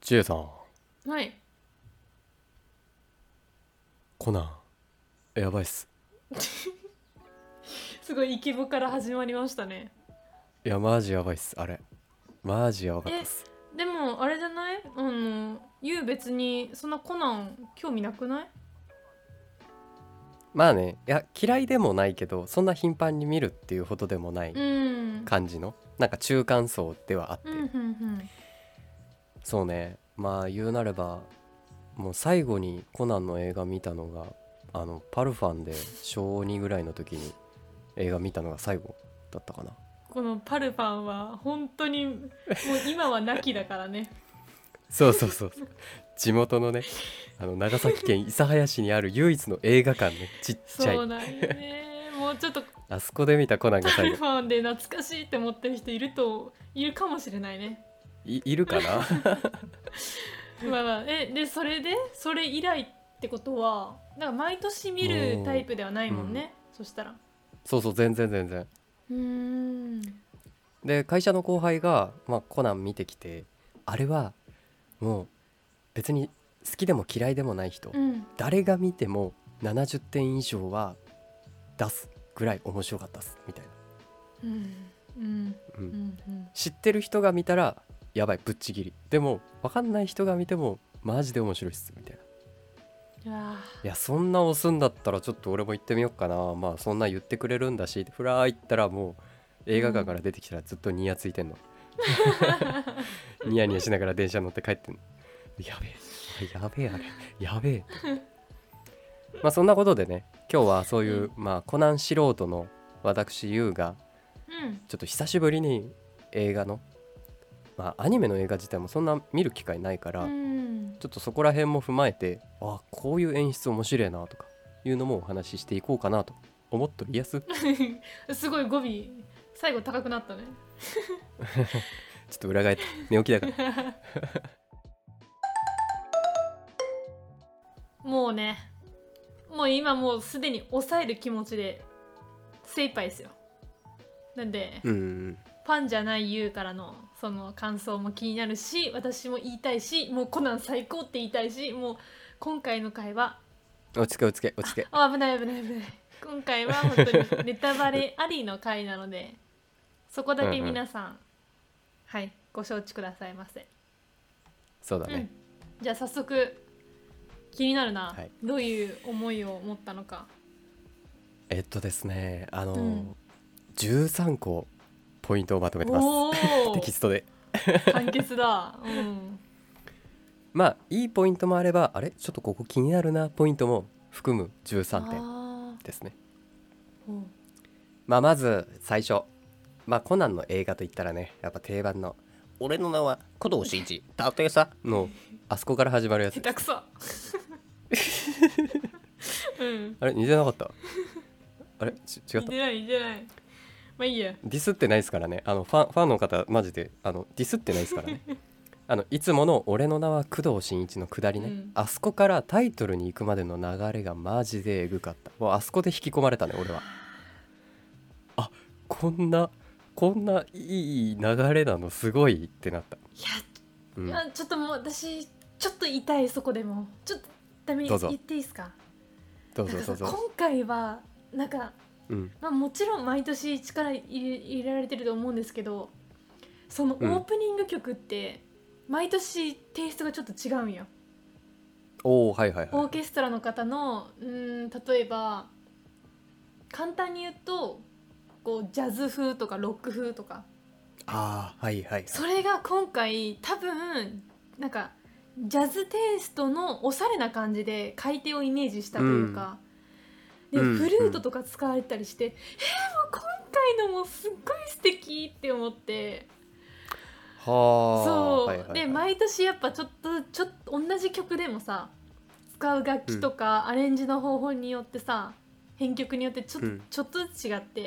ちえさんはい。コナンやばいっすすごいイケボから始まりましたね。いやマジやばいっすあれマジやばかったっすでも、あれじゃないあの、ゆう別にそんなコナン興味なくないまあねいや嫌いでもないけどそんな頻繁に見るっていうほどでもないうん。感じの、なんか中間層ではあって、うんうんうん。そうねまあ言うなればもう最後にコナンの映画見たのがあのパルファンで小2ぐらいの時に映画見たのが最後だったかなこのパルパンは本当にもう今は亡きだから ね。そうそうそうそう 地元のねあの長崎県諫早市にある唯一の映画館ねちっちゃいそうだよね。もうちょっとあそこで見たコナンがパ最ル後 ファンで懐かしいって思ってる人いるといるかもしれないね。いいるかなまあまあ、えでそれでそれ以来ってことはだから毎年見るタイプではないもんね、そしたらそうそう全然全然うーんで会社の後輩が、まあ、コナン見てきてあれはもう別に好きでも嫌いでもない人、うん誰が見ても70点以上は出すぐらい面白かったっすみたいな、うんううんんうんうん知ってる人が見たらやばいぶっちぎりでも分かんない人が見てもマジで面白いっすみたいないやいやそんな押すんだったらちょっと俺も行ってみようかなまあそんな言ってくれるんだしフラー行ったらもう映画館から出てきたらずっとニヤついてんの、ニヤニヤしながら電車乗って帰ってんのやべえやべえあれやべえまあそんなことでね今日はそういう、まあ、コナン素人の私優がーうんちょっと久しぶりに映画のまあアニメの映画自体もそんな見る機会ないから、うんちょっとそこら辺も踏まえてあこういう演出面白いなとかいうのもお話ししていこうかなと思っとりや すちょすごい語尾最後高くなったねっと裏返って寝起きだ からもうねもう今もうすでに抑える気持ちで精一杯ですよなんで、うんうんファンじゃない優からのその感想も気になるし私も言いたいしもうコナン最高って言いたいしもう今回の回は落ち着け落ち着け落ち着けあ危ない危ない危ない今回は本当にネタバレありの回なのでそこだけ皆さん、はいご承知くださいませ、そうだうねん、じゃあ早速気になるな、はいどういう思いを持ったのかえっとですねあのー、うん13個ポイントをまとめてますおお テキストで簡 潔だうんまあいいポイントもあればあれちょっとここ気になるなポイントも含む13点あですねーうんまあまず最初まあコナンの映画といったらねやっぱ定番の「俺の名は工藤新一探偵さ」のあそこから始まるや下つ手く そうんあれ似てなかったあれち違っ似たてない似てないまあいいやディスってないですからねあのファンファンの方マジであのディスってないです からねあのいつもの「俺の名は工藤新一」の下りね、うんあそこからタイトルに行くまでの流れがマジでえぐかったもうあそこで引き込まれたね俺はあこんなこんないい流れなのすごいってなった、いやうんいやちょっともう私ちょっと痛いそこでもちょっとダメどうぞ言っていいですかどうぞどうなんかぞ。今回はなんか、うん、まあ、もちろん毎年力入れ入れられてると思うんですけどそのオうんープニング曲って毎年テイストがちょっと違うんよ、おおはいはいオはーい。ケストラの方のうーん例えば簡単に言うとこうジャズ風とかロック風とかああはいはい。それが今回多分なんかジャズテイストのおしゃれな感じで海底をイメージしたというか、で、うんフルートとか使われたりして、えーもう今回のもすっごい素敵って思ってはあ。そう、はいはいはいで毎年やっぱちょっとちょっと同じ曲でもさ使う楽器とかアレンジの方法によってさ、編曲によってちょ,、うんちょっとずつ違ってう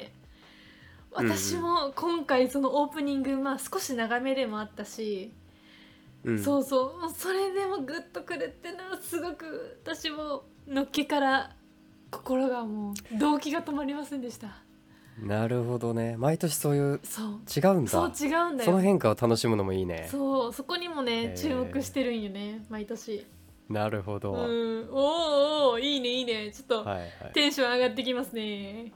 んうん私も今回そのオープニング、まあ、少し長めでもあったし、うんそうそうもうそれでもグッとくるってのはすごく私ものっけから心がもう動悸が止まりませんでした。なるほどね毎年そういうそう違うんだそう違うんだそのよ変化を楽しむのもいいねそうそこにもへねー注目してるんよね毎年なるほうど、んおーおーいいねいいねちょっと、はいはいテンション上がってきますね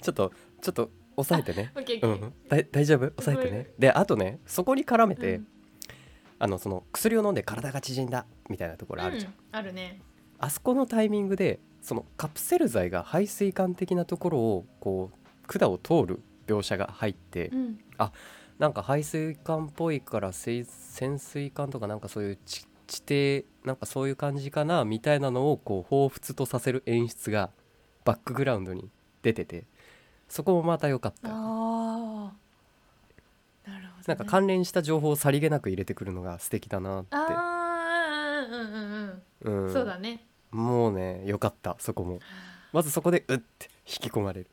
ちょっとちょっと抑えてねオッケーオッうケー、んだい大丈夫抑えてねであとねそこに絡めて、うんあのその薬を飲んで体が縮んだみたいなところあるじゃん、うんあるねあそこのタイミングでそのカプセル剤が排水管的なところをこう管を通る描写が入って、うんなんか排水管っぽいから水潜水艦とかなんかそういうち地底なんかそういう感じかなみたいなのをこう彷彿とさせる演出がバックグラウンドに出ててそこもまた良かったよねああなるほど、ね、なんか関連した情報をさりげなく入れてくるのが素敵だなって、あーうんうんうんううんん、そうだねもうね良かったそこもまずそこでうって引き込まれる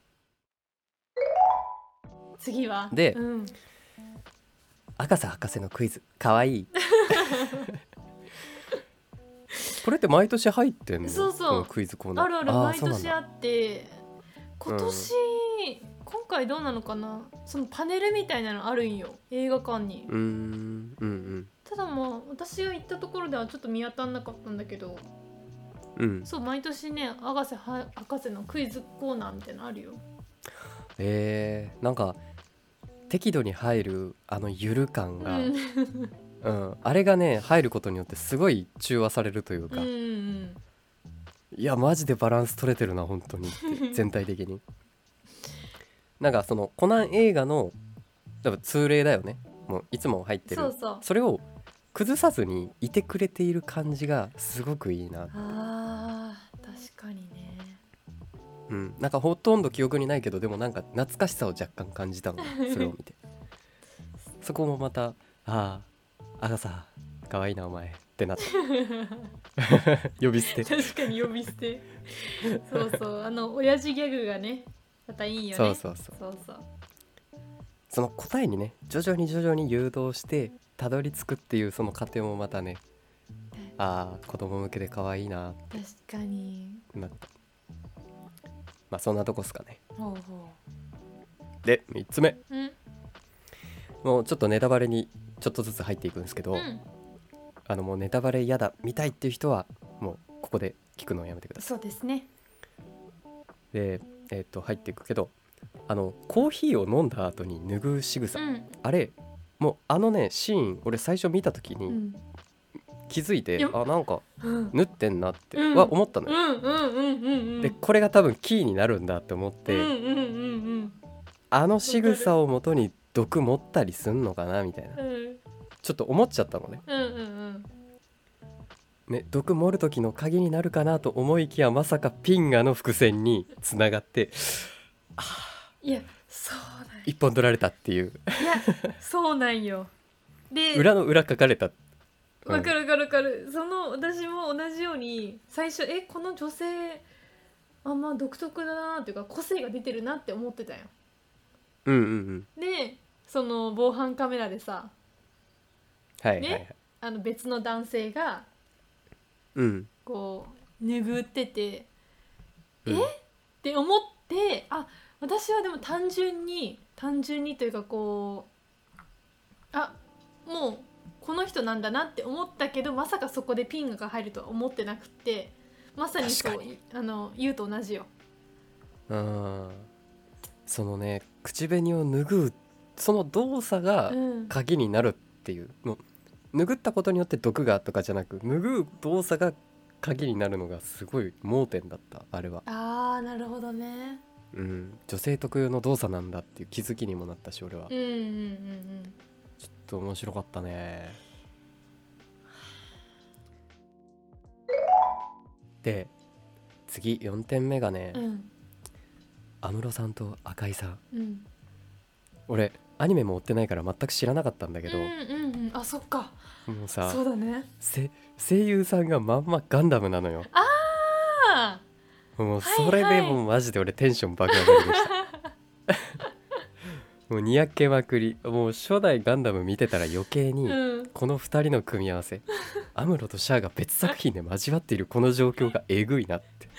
次はでうん、赤瀬博士のクイズかわい いこれって毎年入ってんのそうそうこのクイズコーナーあるあるー毎そうなん年だあって今年、今回どうなのかなそのパネルみたいなのあるんよ映画館に、うーんうんただまあ私が行ったところではちょっと見当たんなかったんだけどうんうんそう毎年ね博士は博士のクイズコーナーみたいなのあるよえー、なんか適度に入るあのゆる感うんが、ううんんあれがね入ることによってすごい中和されるといううんか、ういんやマジでバランス取れてるな本当 にって全体的になんかそのコナン映画の多分通例だよねもういつも入ってるそうそうそれを崩さずにいてくれている感じがすごくいいな、あー確かにねうん、なんかほとんど記憶にないけどでもなんか懐かしさを若干感じたの それを見てそこもまた「ああ赤さかわいいなお前」って なった呼び捨て、確かに呼び捨てそうそうあの親父ギャグがねまたいいよそねうそうそうそうそうその答えにね徐々に徐々に誘導してたどり着くっていうその過程もまたねああ子供向けで可愛いなっ確かにてなったまあそんなとこっすかねほうほで3つ目ううんもうちょっとネタバレにちょっとずつ入っていくんですけど、うんあのもうネタバレ嫌だ見たいっていう人はもうここで聞くのをやめてくださそうですねいでえっと入っていくけどあのコーヒーを飲んだ後に拭う仕う草、んあれもうあのねシーン俺最初見た時うにん気づいて、いやあなんかうん縫ってんなってうんは思ったのうよ、んうんうんうんうんでこれが多分キーになるんだって思って、うんうんうんあの仕草をもとに毒持ったりすんのかなみたいなうんうんちょっと思っちゃったのねうんうんね、毒盛る時の鍵になるかなと思いきやまさかピンガの伏線につながっていやそうなん一本取られたっていういやそうなんよで裏の裏書かれた、うんわかるわかるわかるその私も同じように最初えこの女性あんまあ独特だなっていうか個性が出てるなって思ってたようんうんうんでその防犯カメラでさはいはい、はいねあの別の男性がうんこう拭っててうんって思ってあ私はでも単純に単純にというかこうあもうこの人なんだなって思ったけどまさかそこでピンが入るとは思ってなくってまさにそう確かあの言うと同じよ。あーそのね口紅を拭うその動作がうん鍵になるっていうもう拭ったことによって毒がとかじゃなく拭う動作が鍵になるのがすごい盲点だったあれは、あーなるほどね。うん、女性特有の動作なんだっていう気づきにもなったし俺はうんうんうんうん。ちょっと面白かった ね。で次4点目がねうん安室さんと赤井さんうん。俺アニメも追ってないから全く知らなかったんだけうんうど、んうん。あそっか。もうそさうだね。せ声優さんがまんまガンダムなのよあもうはいそれでもうマジで俺テンション爆上がりでした もうにやけまくりもう初代ガンダム見てたら余計ーに、うん。この2人の組み合わせアムロとシャアが別作品で交わっているこの状況がえぐいなって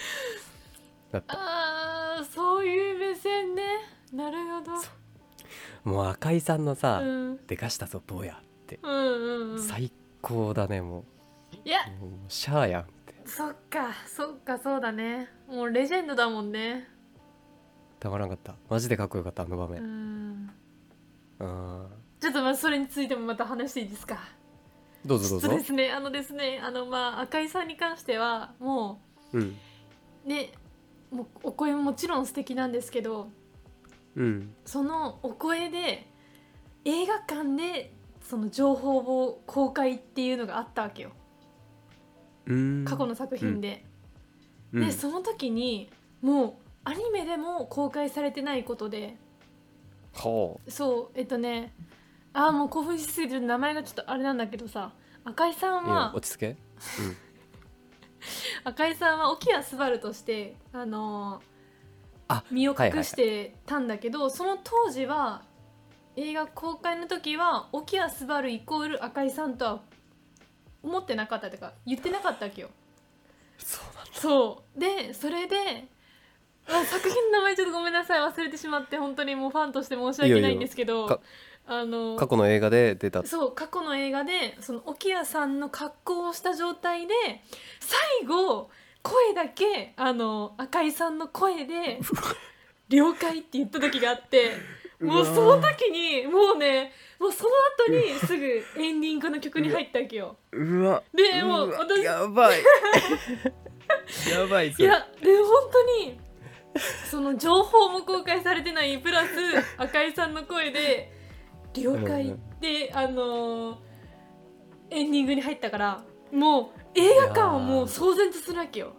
あーそういう目線ねなるほどもう赤井さんのさう、んでかしたぞ坊やって、うんうんうん最高だねもいやうもうシャーやんってそっかそっかそうだねもうレジェンドだもんねたまらんかったマジでかっこよかったあの場う面んうんちょっとまあそれについてもまた話していいですかどうぞどうちょっとぞですねあのですねあのまあ赤井さんに関してはもうんうねもうお声ももちろん素敵なんですけどうんそのお声で映画館でその情報を公開っていうのがあったわけようん過去の作品で、うんでその時にもうアニメでも公開されてないことでほそうえっとねああもう興奮しすぎて名前がちょっとあれなんだけどさ赤井さうんいやは落ち着け赤井さんは沖谷すばるとしてあのーあ身をはいはいは隠いしてたんだけど、その当時は映画公開の時は沖谷すばるイコール赤井さんとは思ってなかったとか言ってなかったわ けよそうなんだそうでそれであ作品の名前ちょっとごめんなさい忘れてしまって本当にもうファンとして申し訳ないんですけどいやいやかあの過去の映画で出たそう過去の映画でその沖谷さんの格好をした状態で最後声だけあの赤井さんの声で「了解」って言った時があってもうその時にもうねもうその後にすぐエンディングの曲に入ったわけよ。うわでもうわ私や ばいやばいそいれやで本当にその情報も公開されてないプラス赤井さんの声で「了解」って、あのーエンディングに入ったからもう映画館はもう騒然とするわけよ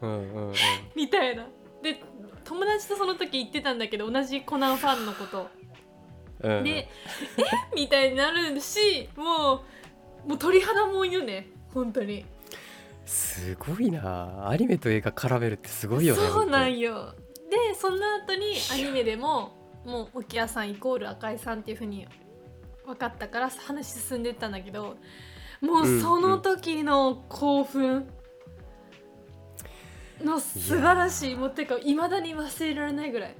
うんうんうんみたいな。で友達とその時行ってたんだけど同じコナンファンのこと。うんうんで「えみたいになるしもうもう鳥肌もんよね本当に。すごいなアニメと映画絡めるってすごいよねそうな本んよでその後にアニメでももう沖屋さんイコール赤井さんっていうふうに分かったから話進んでったんだけどもうその時の興奮の素晴らしい、もうてかいまだに忘れられないぐらい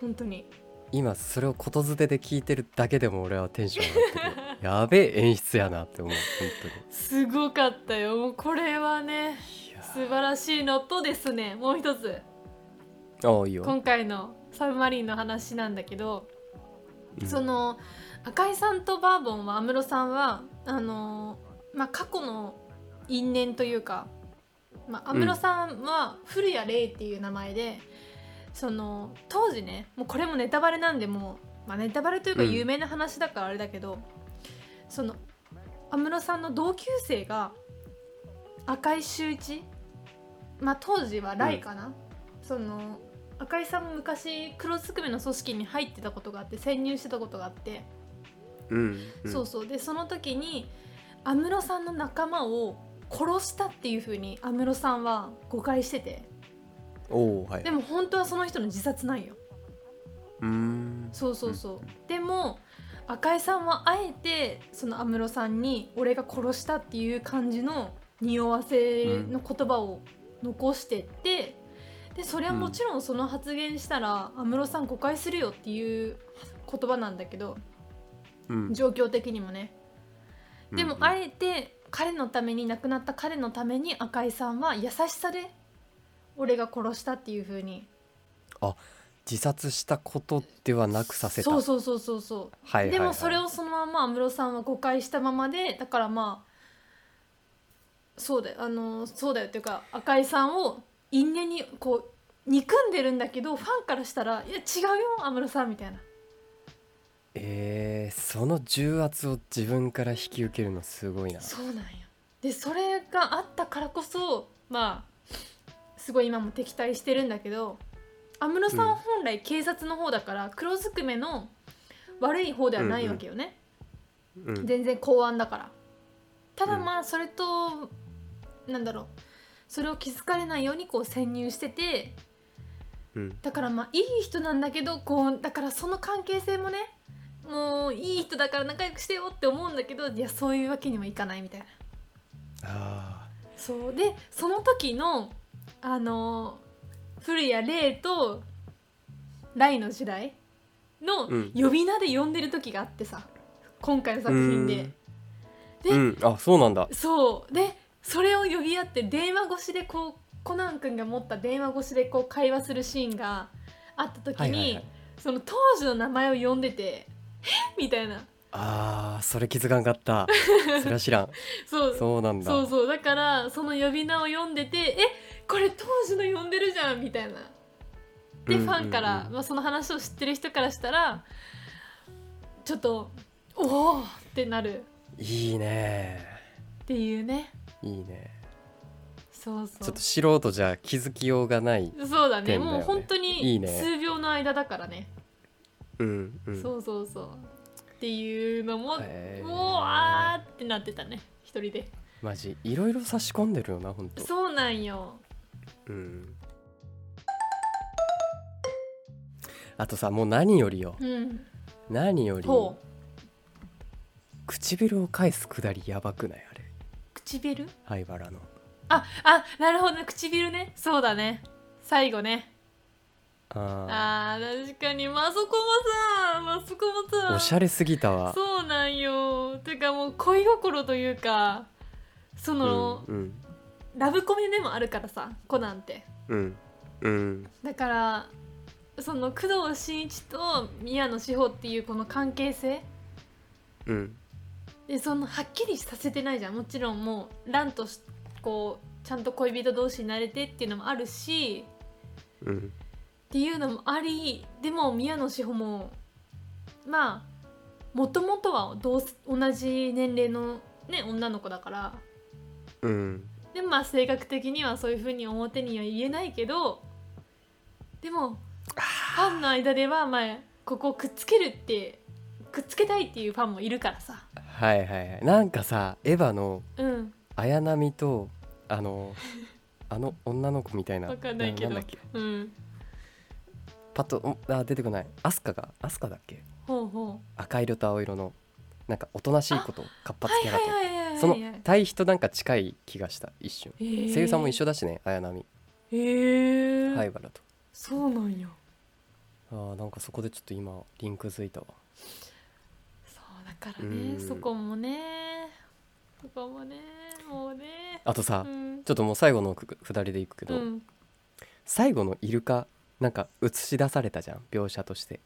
本当に当今それをことづてで聞いてるだけでも俺はテンション上がってるやべえ演出やなって思う本当にすごかったよもうこれはねいや素晴らしいのとですねもう一つああいいよ今回のサブマリンの話なんだけどうんその赤井さんとバーボンは安室さんはあのーまあ、過去の因縁というか、まあ、安室さんは古谷玲っていう名前で、その当時ねもうこれもネタバレなんでもう、まあ、ネタバレというかうん有名な話だからあれだけど、その安室さんの同級生が赤井秀一、まあ、当時はライかな、その赤井さんも昔黒ずくめの組織に入ってたことがあって潜入してたことがあって、うんうんそうそうでその時に安室さんの仲間を殺したっていうふうに安室さんは誤解してておおはいでも本当はその人の自殺なんようーんそうそうそうでも赤井さんはあえてその安室さんに「俺が殺した」っていう感じの匂わせの言葉を残してって、でそれはもちろんその発言したら安室さん誤解するよっていう言葉なんだけどうん状況的にもねでもうんあえて彼のために亡くなった彼のために赤井さんは優しさで俺が殺したっていう風に自殺したことではなくさせたそうそうそうそうそうはいはいはいでもそれをそのまま安室さんは誤解したままでだからまあそうだよあのそうだよっていうか赤井さんを因縁にこう憎んでるんだけどファンからしたら「いや違うよ安室さん」みたいなえー、その重圧を自分から引き受けるのすごいなそうなんやでそれがあったからこそまあすごい今も敵対してるんだけど安室さんは本来警察の方だから、黒ずくめの悪い方ではないわけよね、うん全然公安だからただまあそれと、なんだろうそれを気づかれないようにこう潜入しててうんだからまあいい人なんだけどこうだからその関係性もねもういい人だから仲良くしてよって思うんだけどいやそういうわけにもいかないみたいなあそうでその時のあの古谷玲とライの時代のうん呼び名で呼んでる時があってさ今回の作品で。でうんあそうなんだそうでそれを呼び合って電話越しでこうコナン君が持った電話越しでこう会話するシーンがあった時はに、いはいはいその当時の名前を呼んでて「えみたいなあーそれ気づかんかった それは知らんそうそうそうなんだそうだからその呼び名を呼んでて「えこれ当時の呼んでるじゃん」みたいな。うんで、うんうんファンから、まあ、その話を知ってる人からしたらちょっと「おお!」ってなるいいねっていうねいいねそうそうちょっと素人じゃ気づきようがないそうだね点だよねもう本当いいにね数秒の間だからねうんうんそうそうそうっていうのも、へーうわーってなってたね一人でマジいろいろ差し込んでるよな本当そうなんようんあとさもう何よりようん何よりほう唇を返すくだりやばくないあれ唇灰原のああなるほどね唇ねそうだね最後ねああー確かにまそこもさまそこもーさおしゃれすぎたわそうなんよてかもう恋心というかその、うんうんラブコメでもあるからさコナンってうんうんだからその工藤新一と宮野志保っていうこの関係性うんでそのはっきりさせてないじゃんもちろんもう蘭としこうちゃんと恋人同士になれてっていうのもあるしうんっていうのもありでも宮野志保もまあもともとは同せ同じ年齢の、ね、女の子だからうんでまあ性格的にはそういうふうに表には言えないけどでもファンの間ではまあここをくっつけるってくっつけたいっていうファンもいるからさはいはいはいなんかさエヴァのうん綾波とあのあの女の子みたいなわかんないけどんだっけうんパッとんあ出てこないアスカがアスカだっけほうほ赤色と青色のなんかおとなしいこと活う発キャラと、はいはいはいはいはいその対比となんか近い気がした一瞬声優さんも一緒緒だしね綾波へえ、灰原とそうなんよあーなんかそこでちょっと今リンクづいたわそうだからうねんそこもねそこもねもうねあとさ、うんちょっともう最後のくくだりでいくけうど、ん最後のイルカなんか映し出されたじゃん描写として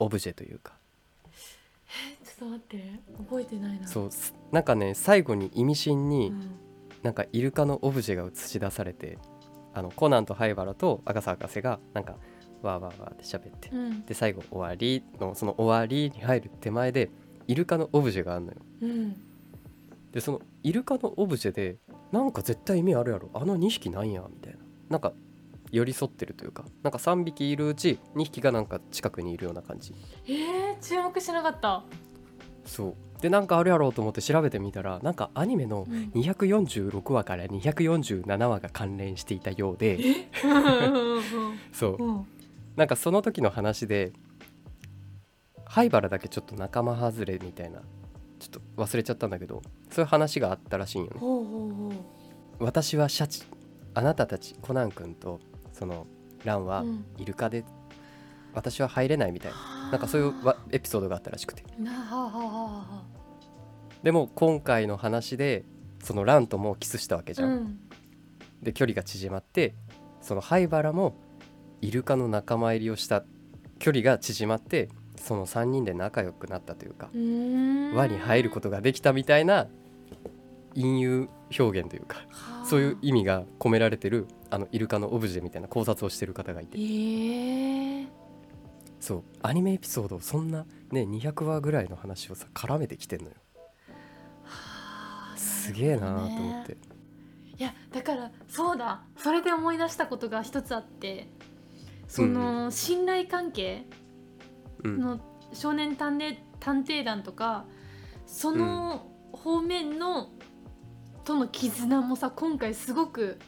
オブジェというかえちょっと待って覚えてないなそうすなんかね最後に意味深うにんなんかイルカのオブジェが映し出されてあのコナンと灰原と赤澤博士がなんかわーわーわーって喋ってうんで最後「終わり」のその「終わり」に入る手前でイルカのオブジェがあるのようんでそのイルカのオブジェでなんか絶対意味あるやろあの2匹なんやみたいななんか寄り添ってるというかなんか3匹いるうち2匹がなんか近くにいるような感じえー、注目してなかったそうでなんかあるやろうと思って調べてみたらなんかアニメのうん246話から247話が関連していたようでえうんうんうんそううんうんなんかその時の話で灰原だけちょっと仲間外れみたいなちょっと忘れちゃったんだけどそういう話があったらしいんよねほうほうほう私はシャチあなたたちコナン君とそのランはうんイルカで、私は入れないみたいななんかそういうわエピソードがあったらしくてなははははでも今回の話でそのランともキスしたわけじゃん、うんで距離が縮まってその灰原もイルカの仲間入りをした距離が縮まってその3人で仲良くなったというかうーん輪に入ることができたみたいな隠喩表現というかはあそういう意味が込められてるあのイルカのオブジェみたいな考察をしてる方がいてええそうアニメエピソードをそんなね200話ぐらいの話をさ絡めてきてんのよはあすげえなーと思っなるほどねていやだからそうだそれで思い出したことが一つあってその、信頼関係うんの少年探偵探偵団とかその方面の、との絆もさ今回すごく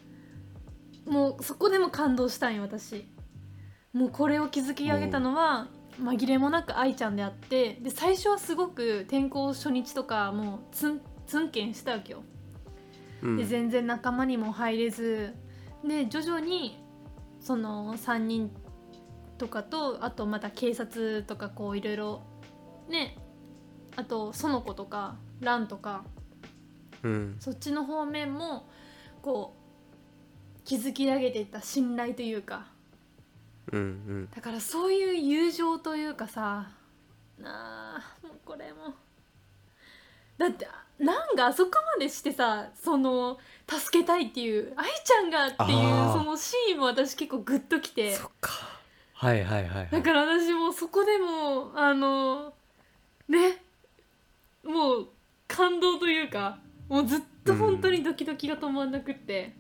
もうそこでも感動したんよ私もうこれを築き上げたのは紛れもなく愛ちゃんであってで最初はすごく転校初日とかもうツンツンケンしたわけようでん全然仲間にも入れずで徐々にその3人とかとあとまた警察とかこういろいろねあと園子とか蘭とかうんそっちの方面もこう築き上げていった信頼というかうんうんだからそういう友情というかさなあもうこれもだってあなんがあそこまでしてさその助けたいっていう愛ちゃんがっていあうーそのシーンも私結構グッときてそっかはいはいはいはいだから私もうそこでもあのねもう感動というかもうずっと本当にドキドキが止まんなくって、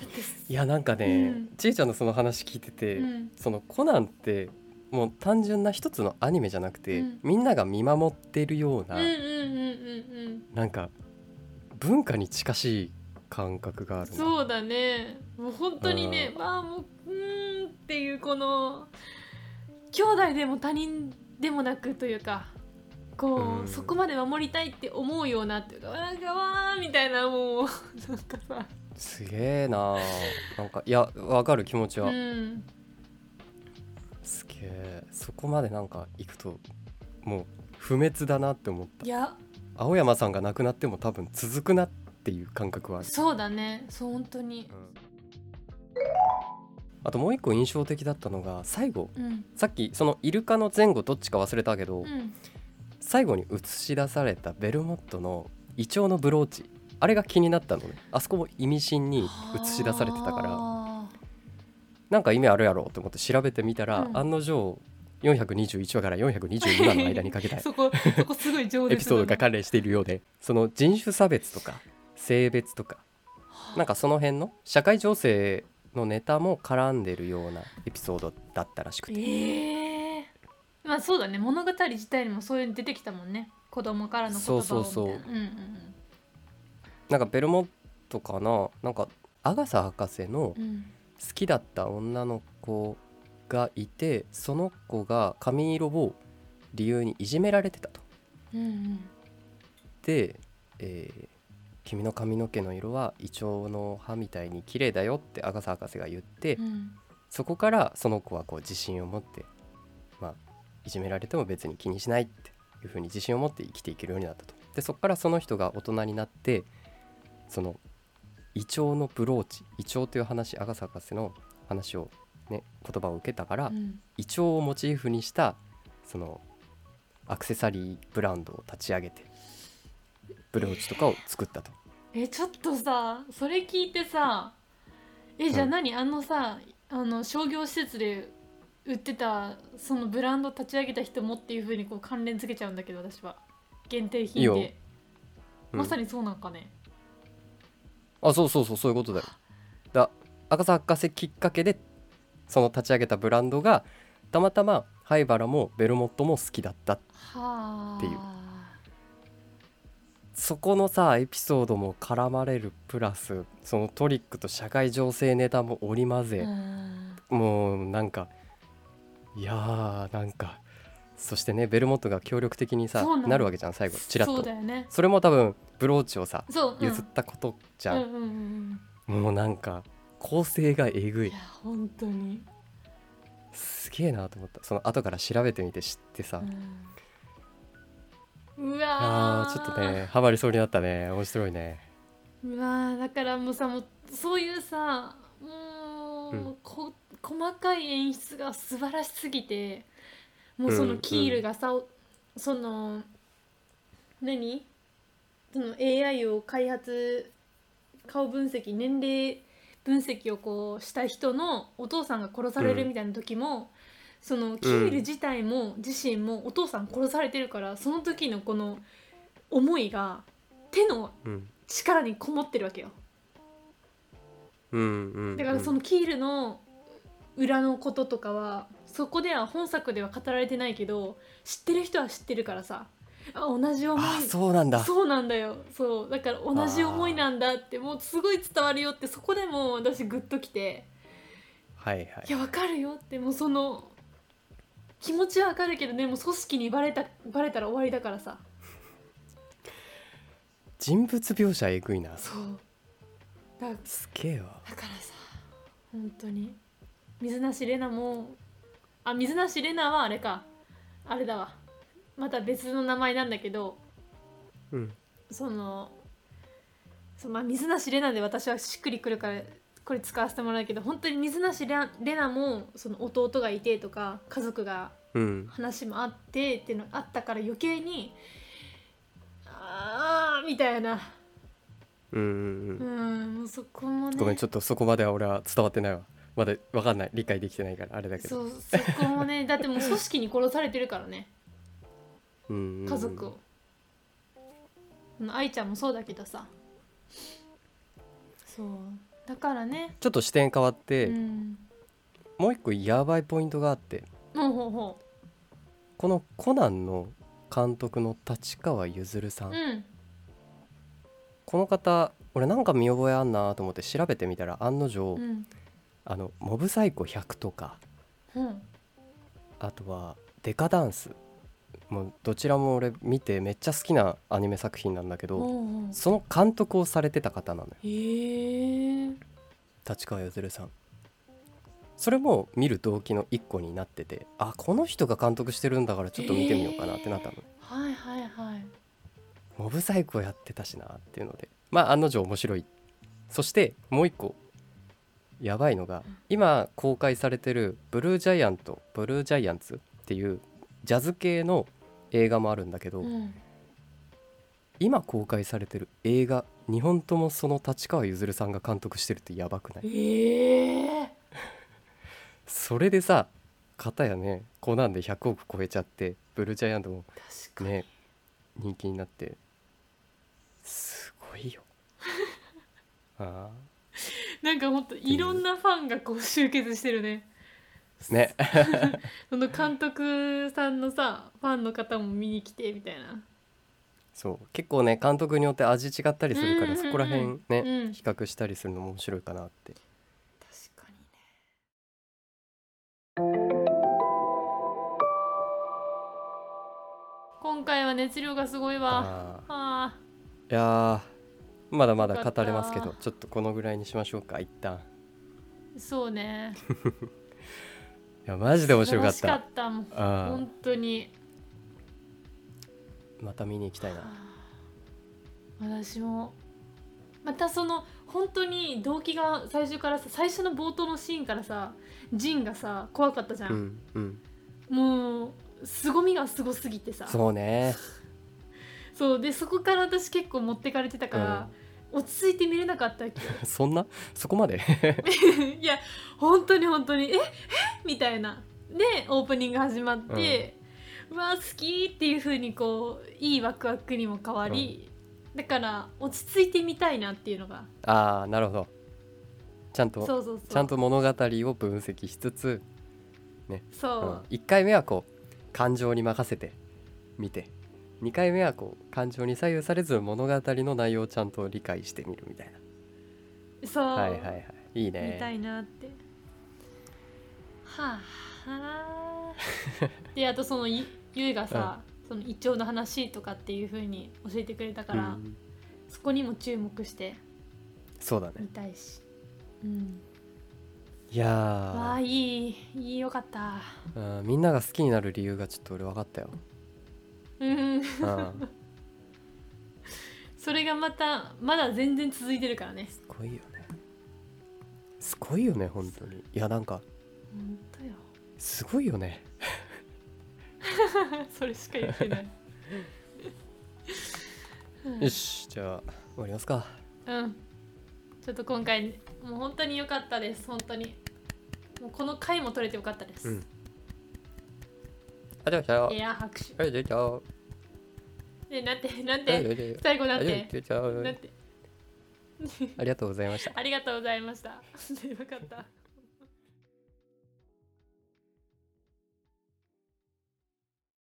だっていやなんかね、うんちいちゃんのその話聞いてて、うんそのコナンってもう単純な一つのアニメじゃなくて、うんみんなが見守ってるような、うんうんうんうんうんなんか文化に近しい感覚があるなそうだねもう本当にねまあもううーんっていうこの兄弟でも他人でもなくというかこう、うんそこまで守りたいって思うようなっていうかなんかわーみたいなもうなんかさすげえななんかいやわかる気持ちは、うんすげえそこまでなんか行くともう不滅だなって思ったいや青山さんが亡くなっても多分続くなっていう感覚はある、そうだねそう本当にうんあともう一個印象的だったのが最後うんさっきそのイルカの前後どっちか忘れたけど、うん最後に映し出されたベルモットのイチョウのブローチあれが気になったのねあそこも意味深に映し出されてたからはなんか意味あるやろうと思って調べてみたら、うん案の定421話から422話の間にかけ あたそこそこすごい上手エピソードが関連しているようでその人種差別とか性別とかなんかその辺の社会情勢のネタも絡んでるようなエピソードだったらしくてええまあそうだね物語自体にもそういうの出てきたもんね子供からの言葉をみたいそうなそうそうんうんうんなんかベルモットかななんかアガサ博士のうん好きだった女の子がいてその子が髪色を理由にいじめられてたと。うんうんで、えー君の髪の毛の色はイチョウの葉みたいに綺麗だよ」ってアガサ博士が言って、うんそこからその子はこう自信を持って、まあ、いじめられても別に気にしないっていうふうに自信を持って生きていけるようになったと。でそこからその人が大人になってそのイチョウのブローチイチョウという話アガサ博士の話を、ね、言葉を受けたから、うんイチョウをモチーフにしたそのアクセサリーブランドを立ち上げてブローチとかを作ったと。えちょっとさそれ聞いてさえじゃあ何、あのさあの商業施設で売ってたそのブランド立ち上げた人もっていうふうにこう関連付けちゃうんだけど私は限定いい品よでうんまさにそうなんかね、あそうそうそうそういうことだよだ赤澤博士きっかけでその立ち上げたブランドがたまたま灰原もベルモットも好きだったはあっていうそこのさエピソードも絡まれるプラスそのトリックと社会情勢ネタも織り交ぜ、んもうなんかいやーなんかそしてねベルモットが協力的にさそうなのなるわけじゃん最後チラッそうとだよねそれも多分ブローチをさそう、うん譲ったことじゃうんん、うんうんうんもうなんか構成がえぐいいや本当に、すげえなと思ったその後から調べてみて知ってさ、いうんうやわーーちょっとねハマりそうになったね面白いねうわーだからもうさもうそういうさもう、うんこ細かい演出が素晴らしすぎてもうそのうんキールがさ、その何その AI を開発顔分析年齢分析をこうした人のお父さんが殺されるみたいな時も、そのキール自体も、自身もお父さん殺されてるからその時のこの思いが手のうん力にこもってるわけようんうんだからそのキールの裏のこととかはそこでは本作では語られてないけど知ってる人は知ってるからさあ同じ思いあーそうなんだそうなんだよそうだから同じ思いなんだってもうすごい伝わるよってそこでもう私グッときてはいはいいやわかるよってもうその気持ちはわかるけどでも組織にバレたバレたら終わりだからさ人物描写えぐいなそうだすげえわだからさ本当に水無しレナもあ水無しレナはあれかあれだわまた別の名前なんだけどうんそのそう、まあ、水無しレナで私はしっくりくるからこれ使わせてもらうけど本当に水無しレナレナもその弟がいてとか家族がうん話もあってっていうのがあったから余計にああみたいなうんうんううんんもうそこもねごめんちょっとそこまでは俺は伝わってないわまだわかんない理解できてないからあれだけどそうそこも ねだってもう組織に殺されてるからねうん家族を、うん、愛ちゃんもそうだけどさそうだからねちょっと視点変わって、うんもう一個やばいポイントがあってもうほうほこのコナンの監督の立川ゆずるさん、ううんこの方俺なんか見覚えあんなと思って調べてみたら案の定、うんあのモブサイコ100とかうんあとはデカダンスもうどちらも俺見てめっちゃ好きなアニメ作品なんだけど、ほうほうその監督をされてた方なのよへえ立川譲さんそれも見る動機の一個になっててあこの人が監督してるんだからちょっと見てみようかなってなったの、はいはいはいモブ細工をやってたしなっていうのでまあ案の定面白いそしてもう一個やばいのが今公開されてるブルージャイアントブルージャイアンツっていうジャズ系の映画もあるんだけど、うん今公開されてる映画2本ともその立川譲さんが監督してるってやばくないええそれでさ片やねコナンで100億超えちゃってブルージャイアントも確かに、ね人気になってすご いよあなんかほんといろんなファンがこう集結してるねあねその監督さんのさファンの方も見に来てみたいなそう結構ね監督によって味違ったりするかうらんうんうんそこら辺ね、うん比較したりするのも面白いかなって確かにね今回は熱量がすごいわあああいやーまだまよだかった語れますけどちょっとこのぐらいにしましょうか一旦ーそうねいやマジで面白かった楽しかったもんあ本当にあまた見に行きたいな私もまたその本当に動機が最初からさ最初の冒頭のシーンからさジンがさ怖かったじゃ、うんんうんもう凄みがすごすぎてさそうね そうでそこから私結構持ってかれてたから、落ち着いて見れなかったわけ そんなそこまで いや本当に本当にええみたいなでオープニング始まって、うわ好きっていう風にこういいワクワクにも変わり、だから落ち着いてみたいなっていうのがああなるほどちゃんとそうそうそうちゃんと物語を分析しつつ、そうう、ん、1回目はこう感情に任せて見て2回目はこう感情に左右されず物語の内容をちゃんと理解してみるみたいそう、なはいはいはいいい見たねいなってはあ はあであとそのゆゆいがさ、その胃腸の話とかっていう風に教えてくれたから、うんそこにも注目してそうだね見たいしうんいやわあーいいいいよかったうんみんなが好きになる理由がちょっと俺分かったよ、うんうん、それがまたまだ全然続いてるからねすごいよねすごいよね本当にいやなんか本当よすごいよね それしか言ってないよしじゃあ終わりますかうんちょっと今回もう本当に良かったです本当にもうこの回も取れて良かったです、うんありがとうございエア拍手ましたありがとうねなんてなんございてました最後なんてなんあてりがとうございました。 ありがとうございました分かった